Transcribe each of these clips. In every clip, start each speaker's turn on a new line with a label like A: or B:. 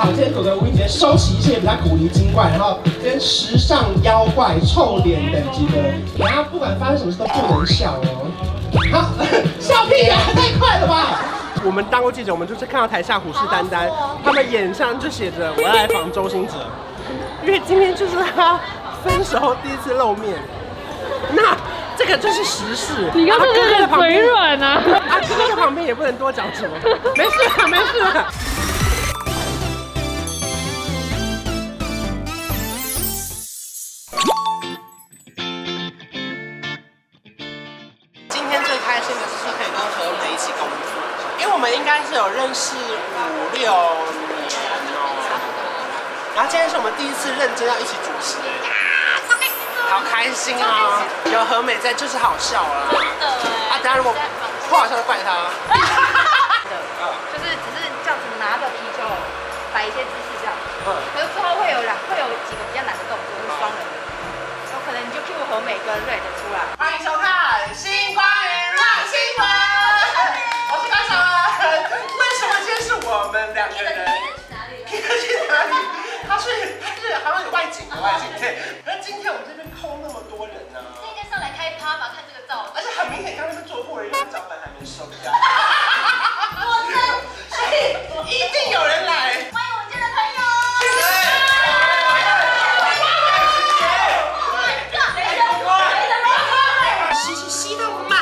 A: 好，今天走的无意间收集一些比较古灵精怪，然后跟时尚妖怪、臭脸等级的，然后不管发生什么事都不能笑哦。好，笑屁呀、太快了吧！我们当过记者，我们就是看到台下虎视眈眈，他们眼上就写着“我要来访周星哲”，因为今天就是他分手后第一次露面。那这个就是时事，
B: 你刚
A: 啊
B: 刚
A: 哥
B: 有
A: 哥在
B: 点
A: 旁
B: 嘴
A: 边
B: 软啊！
A: 啊，哥哥在旁边也不能多讲什么，没事了，没事啊了。今天最开心的就是可以跟何美一起工作，因为我们应该是有认识五六年哦。然后今天是我们第一次认真要一起主持，好开心啊！有何美在就是好笑啦、啊。啊，等下如果不好笑就怪他。
C: 就是只是这样子拿着啤酒摆一些姿势这样，可是之后会有两会有几个比较难的动作，是双人的，有可能你就 Q 和美跟 Red 出来。
A: 欢迎收看《新关于辣新闻》，我是关晓雯。为什么今天是我们两个人？去哪里？他是他是好像有外景的外景对。那今天我们这边空那么多人呢、
C: 应该上来开趴吧，看这个照
A: 而且很明显刚刚那边坐过人，因为脚本还没收掉。
C: 我真
A: 一定有人来。
C: 欢迎我们今天的朋友。
A: 吸吸吸到满。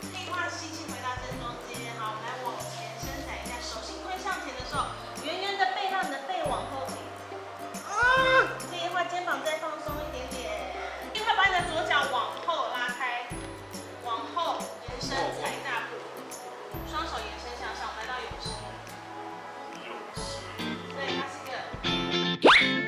D: 废话吸气回到正中间，好，我们来往前伸展一下，手心推向前的时候，圆圆的背让你的背往后挺。啊，可以的话肩膀再放松一点点，尽快把你的左脚往后拉开，往后延伸踩大步，双手延伸向上，我们来到泳池。对，它是一个。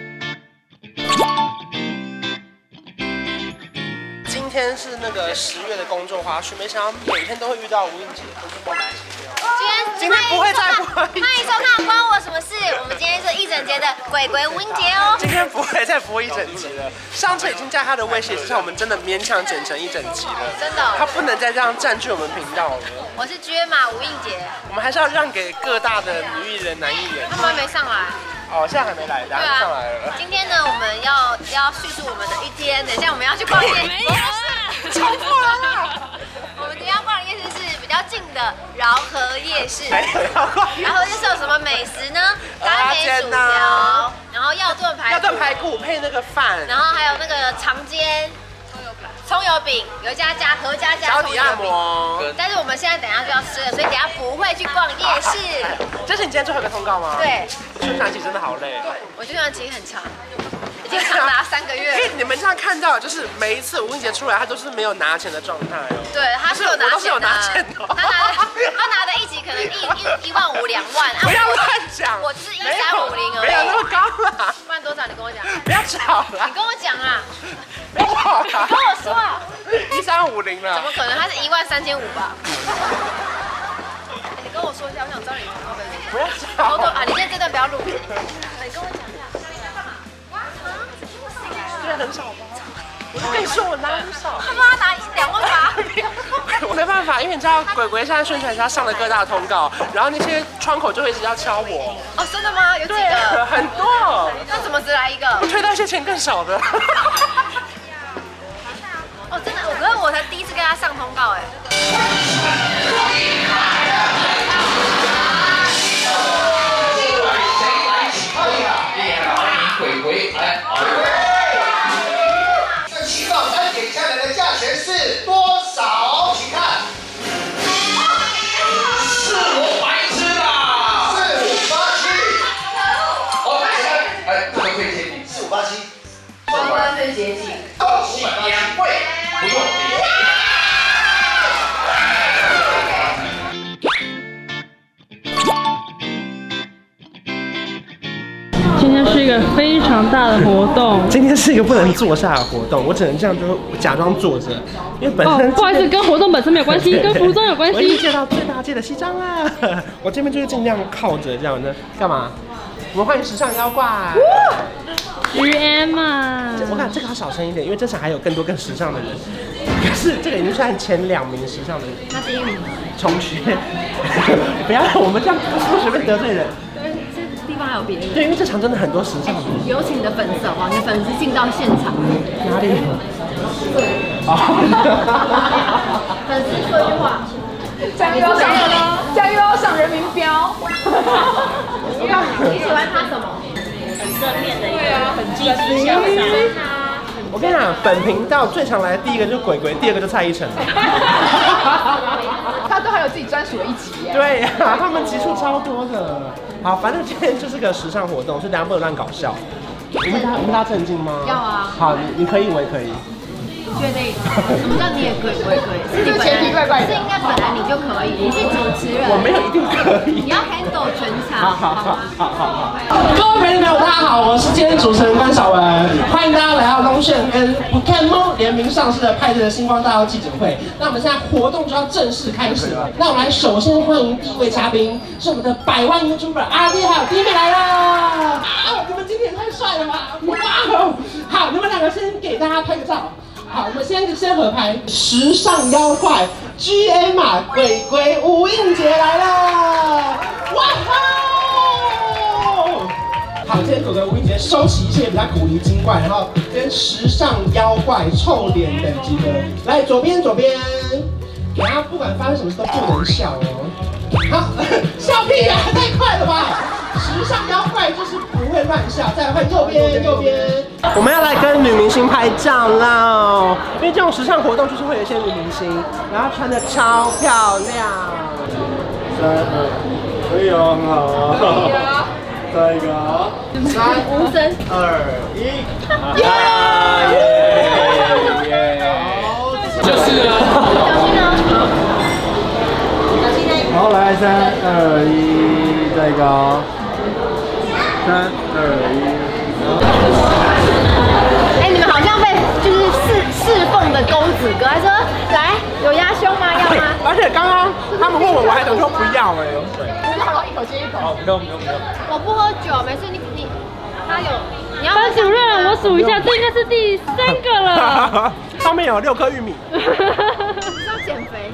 A: 今天是那个十月的公众花絮，没想到每天都会遇到吴映洁，我就蛮开心的。今天不会再不会
E: 欢迎收看，关我什么事？我们今天是一整节的鬼鬼吴英杰哦。
A: 今天不会再播一整集了，上次已经在他的威胁之下，我们真的勉强剪成一整集了。
E: 真的哦
A: 他不能再这样占据我们频道了。
E: 我是 G 啊嘛吴映洁，
A: 我们还是要让给各大的女艺人、男艺人。
E: 他们没上来。
A: 哦，现在还没来，等
E: 对
A: 下上
E: 啊
A: 来了。，
E: 今天呢，我们要要叙述我们的一天。等一下我们要去逛夜，没
A: 啊
E: 有，超过了。我们今天要逛的夜市是比较近的饶河夜市。
A: 还有要逛
E: 然后就是有什么美食呢？
A: 蚵
E: 咖
A: 仔
E: 啡
A: 煎
E: 薯
A: 呐
E: 条，然后药炖排
A: 要
E: 骨
A: 炖，排骨配那个饭，
E: 然后还有那个长煎葱油饼，有一家家和家家
A: 脚
E: 葱
A: 底
E: 油
A: 按
E: 饼。
A: 摩。
E: 但是我们现在等一下就要吃了，所以等一下不会去逛夜市。
A: 这是你今天最后一个通告吗？。
E: 对，
A: 宣传期真的好累。
E: 我这段期很长，已经长达三个
A: 因为
E: 月。
A: 哎你们这样看到，就是每一次吴映洁出来，她都是没有拿钱的状态哦。
E: 对，他是有拿
A: 不是我
E: 钱的
A: 都是有拿钱的哦，
E: 他 拿的他拿的一集可能一一一万五两万啊，
A: 不要乱讲，
E: 我就是一
A: 没有
E: 三五零而已
A: 没有那么高啦，
E: 不然多少？你跟我讲，
A: 不要吵啦
E: 你，跟我讲啊，
A: 不要吵啦
E: 你，跟 我说啊，
A: 一三五零
E: 怎
A: 啦
E: 么，可能？他是一万三千五吧？哎你跟我说一下，我想知道你偷偷的。
A: 不要
E: 偷偷
A: 吵，
E: 啊！你今天这段不要录，
A: 虽然很少吧，我就跟你说我拿很少。
E: 他妈拿两万 八，
A: 我没办法，因为你知道鬼鬼现在宣传他上了各大通告，然后那些窗口就会一直要敲我，
E: 哦，真的吗？有几个？
A: 很多，
E: 那怎么只来一个？
A: 推到一些钱更少的。
E: 哦，真的，我可是我才第一次跟他上通告哎。
F: 哎
G: 鬼鬼来，
F: 这七到三点下来的价钱是多少？请看，
G: 是我白痴啦！
F: 四五八七，
G: 我白痴，哎，这个可以接你，
F: 四五八七，
G: 关关最接近，恭喜两位，不用你。
B: 今天是一个非常大的活动
A: 今天是一个不能坐下的活动，我只能这样，就是假装坐着，因为本
B: 哦
A: 身、，
B: 不好意思，跟活动本身没有 关系，跟服装有关
A: 我已经
B: 系。
A: 借到最大件的西装 啦，我这边就是尽量靠着这样的，干嘛？我们欢迎时尚妖怪。
B: 于 M 啊，
A: 我看这个要小声一点，因为这场还有更多更时尚的人。可是这个已经算前两名时尚的人。那第一名。重学， 不要让我们这样不说随便得罪人。
H: 这地方还有别人，
A: 对，因为这场真的很多时尚的人。
H: 有请你的粉丝好不好？你的粉丝进到现场，
A: 哪 里？哦。
H: 粉丝说一句话。
I: 这样又要上人民，这样又要上人民标。
H: 你喜欢他什么？
A: 我跟你讲，本频道最常来的第一个就是鬼鬼，第二个就蔡依 晨。
I: 他都还有自己专属的一集耶。
A: 对呀、他们集数超多的。好，反正今天就是个时尚活动，所以大家不能乱搞笑。你们大家你们大家震惊吗？
H: 要啊
A: 好，你你可以，我也可以。
H: 确定？什么叫你也可以，我也可以？是你
I: 这前提怪怪的
H: 是应该本来你就可以，你是主持人，
A: 我没有一定可以
H: 你。要 handle 全
A: 好好
H: 场，
A: 好
H: 吗？
A: 好好好。各位朋友们，大家好，我是今天的主持人关晓雯，欢迎大家来到龙炫跟 p o k m o 联名上市的派对的星光大道记者会。那我们现在活动就要正式开始了。那我们来首先欢迎第一位嘉宾，是我们的百万 YouTuber 阿弟还有弟妹来啦！啊，你们今天也太帅了吧！哇哦！好，你们两个先给大家拍个照。好，我们先先合拍，时尚妖怪 G M 啊，鬼鬼吴映洁来了，哇吼！好，今天鬼鬼吴映洁收起一切比较古灵精怪，然后跟时尚妖怪臭脸等级的，来左边左边，然后不管发生什么事都不能笑哦。好，笑屁啊，太快了吧！时尚妖怪就是不会乱笑，再来换右边右边。我们要来跟女明星拍照啦，哦因为这种时尚活动就是会有一些女明星，然后穿的超漂亮。
J: 三二，可以哦，很好哦。可以啊。再一个哦，
H: 无声，
J: 二一，耶耶就是啊。
H: 小心哦。
J: 好，来三二一，再一个哦，三二
H: 哎，你们好像被就是侍侍奉的公子哥，他说来有压胸吗？要吗？
A: 而且刚刚他们问我，我还想说不要哎、欸。
I: 真的好，一口接一口。
J: 一，不用不用不用。
H: 我不喝酒，没事，你你他有你要
B: 班主任，我数一下，这应该是第三个 了。
A: 上面有六颗玉米，
H: 是要减肥。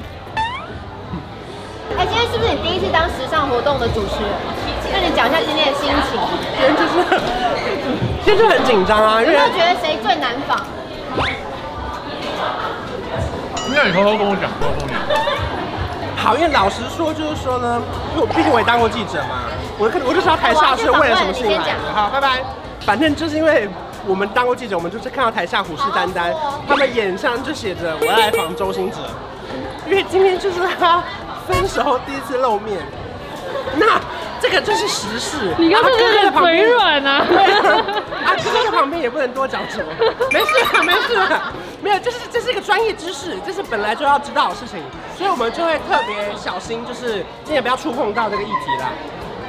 H: 哎，今天是不是你第一次当时尚活动的主持人？那你讲一下今天的心情，
A: 今天就是，今天 就很紧张啊，因
H: 有
A: 为
H: 没有觉得谁最难仿？
J: 那你偷偷跟我讲，偷偷跟我讲。
A: 好，因为老实说，就是说呢，因为我毕竟我也当过记者嘛，我看我就知道台下是为了什么事情来的。好，拜拜。反正就是因为我们当过记者，我们就是看到台下虎视眈眈，
B: 哦
A: 他们眼上就写着“我要来访周星 哲”，因为今天就是他分手后第一次露面。那这个就是实事。
B: 你刚
A: 啊
B: 刚
A: 哥哥
B: 真的
A: 在
B: 很
A: 旁
B: 嘴
A: 边
B: 软啊！
A: 对啊， 啊，哥哥在旁边也不能多讲什么， 没事啊，没事啊，没有，这是这是一个专业知识，这是本来就要知道的事情，所以我们就会特别小心，就是尽量不要触碰到这个议题啦，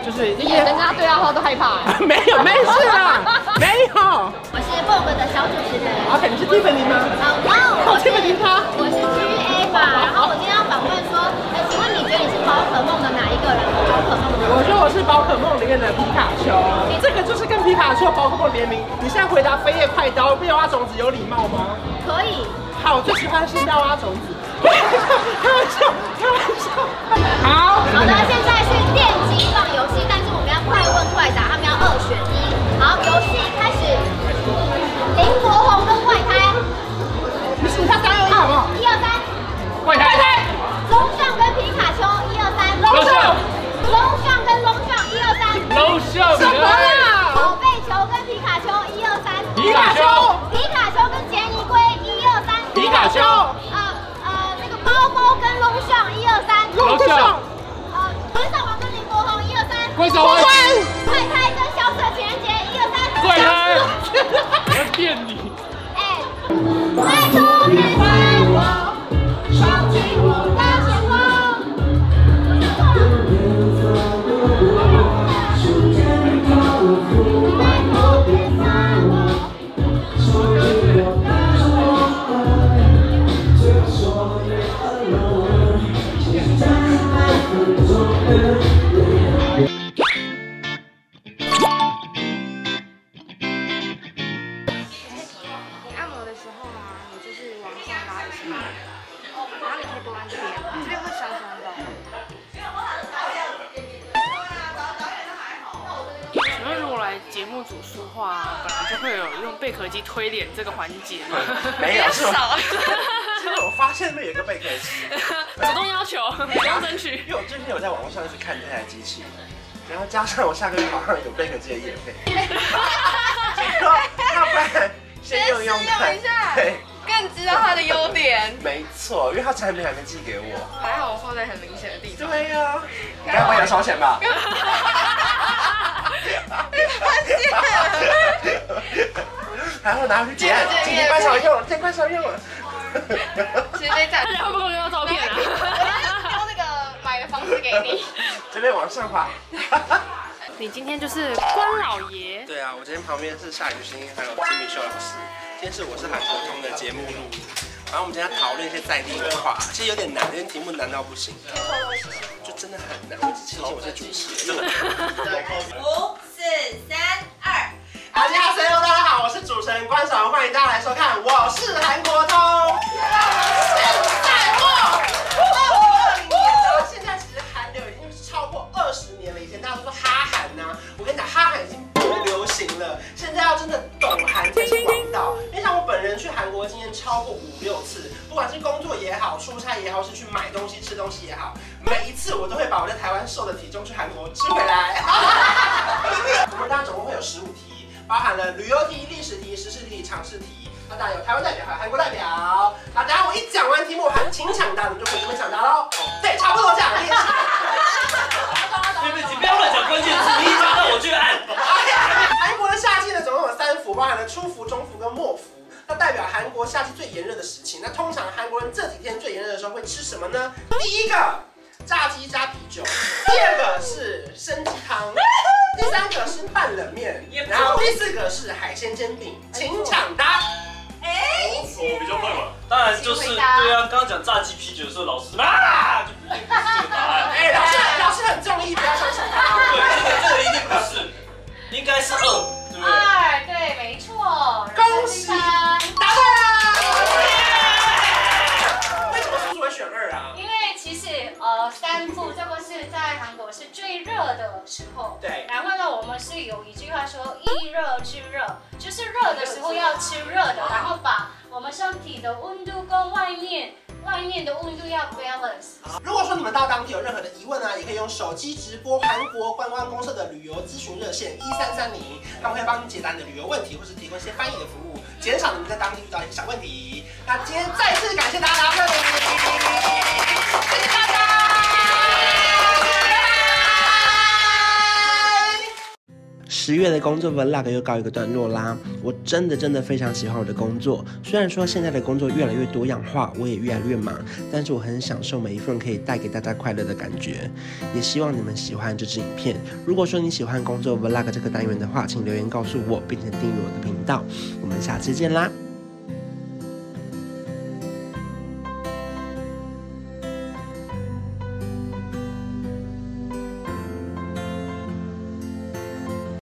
A: 就是一些
I: 人家对他话都害怕。
A: 没有没事 啦，没有。
H: 我是 Vogue 的小主持人。
A: OK，你是 Tiffany 吗？
H: 啊，哇哦，我是
A: 这个你他
H: 我是 G A 嘛，然后我今天要访问说，哎，请问你觉得你是宝可梦的哪一个人？宝可梦的。
A: 我说我是宝可梦里面的皮卡丘，这个就是跟皮卡丘、宝可梦联名。你现在回答飞叶快刀、妙蛙种子有礼貌吗？
H: 可以，
A: 好，我最喜欢的是妙蛙种子。 开玩笑，开玩笑。好，
H: 好的，现在是电击放游戏，但是我们要快问快答，他们要二选一。 好，游戏开始。林国宏跟怪胎。
A: 你数一下三二一好不好？
H: 一二 三。
A: 快开开。
H: 龙象跟皮卡丘，一二三。龙
A: 上
H: 龙象跟龙象，一二三。
J: 楼 上
A: 什么啦？
H: 宝贝球跟皮卡丘，一二三。
J: 皮卡丘。
H: 皮卡丘跟杰尼龟，一二三。
J: 皮卡丘
H: 呃呃，那个包包跟龙象，一二三。
A: 龙
J: 上
A: 上。
H: 呃，关少王跟林国宏，一二三。
J: 关少王
H: 快开跟小可情人节，一二三。
J: 怪胎我要电你。
H: 哎，拜托别怪我，收起哎我的眼光。
E: 然后你可以多玩几点，这个会小小的。
K: 然后如果来节目组说话，本来就会有用贝壳机推脸这个环节嘛。
A: 没有，是我
K: 少，
A: 是我发现那边有一个贝壳机，
K: 主动要求，主动争取。
A: 因为我最近有在网络上一直看这台机器，然后加上我下个月马上有贝壳机的业费，说要不然先用用看
E: 先试用一下
A: 对，
E: 更知道它的优点。
A: 没错，因为它产品还没寄给我，
K: 还好我放在很明显的地方。
A: 对呀、该不会要烧钱吧？还会拿回去结案，今天快少用，今天快少用了。
E: 直接
K: 大家会不会要照片啊？
E: 丢那个买的方式给你。
A: 这边往上滑。
K: 你今天就是关老爷，
A: 对啊，我今天旁边是夏雨欣，还有金米秀老师。今天是我是韩国通的节目录音，然后我们今天要讨论一些在地文化，其实有点难，因为题目难到不行，就真的很难。我只庆幸我是主持人，
L: 五四三二，
A: 大家好，大家好，我是主持人关爽，欢迎大家来收看，我是韩国通。我现在其实韩流已经超过二十年了，以前大家都说哈韩呐、我跟你讲，哈韩已经不流行了，现在要真的懂韩才是王道。因为像我本人去韩国经验超过五六次，不管是工作也好，出差也好，是去买东西吃东西也好，每一次我都会把我在台湾瘦的体重去韩国吃回来。我们大家总共会有十五题，包含了旅游题、历史题、时事题、常识题。那大家有台湾代表，还有韩国代表。那大家我一讲完题目，还请抢答，你们就可以跟我抢答喽。对，差不多这样。你也是
M: 对不起，不要乱讲关键词，你一抓到我就按。
A: 韩国的夏季呢，总共有三伏，包含了初伏、中伏跟末伏。那代表韩国夏季最炎热的时期。那通常韩国人这几天最炎热的时候会吃什么呢？第一个炸鸡加啤酒，第二个是生鸡汤，第三个是拌冷面，然后第四个是海鲜煎饼。请抢答。哎，
M: 我比较快嘛，当然就是对啊，刚刚讲炸鸡啤酒的时候，老师啊，就不一定是这个答案。
A: 哎，老师老师很中意，不要相信他。
M: 对，这个这个一定不是，应该是二，对不对？
E: 二，哎对，没错。
A: 恭喜答
E: 对
A: 了。为什么叔叔会选二啊？
H: 因为其实呃，三步这个是在韩国是最热的时候。
A: 对
H: 然后呢，我们是有一句话说“一热制热”，就是热的时候要吃热的，然后把我们身体的温度跟外面外面的温度要 balance。
A: 如果说你们到当地有任何的疑问呢、也可以用手机直播韩国观光公社的旅游咨询热线一三三零，他们会帮你解答你的旅游问题，或是提供一些翻译的服务，减少你们在当地遇到一些小问题。那今天再次感谢大家来到这里，谢谢大家。十月的工作 vlog 又告一个段落啦。我真的真的非常喜欢我的工作，虽然说现在的工作越来越多样化，我也越来越忙，但是我很享受每一份可以带给大家快乐的感觉。也希望你们喜欢这支影片。如果说你喜欢工作 vlog 这个单元的话，请留言告诉我，并且订阅我的频道。我们下期见啦！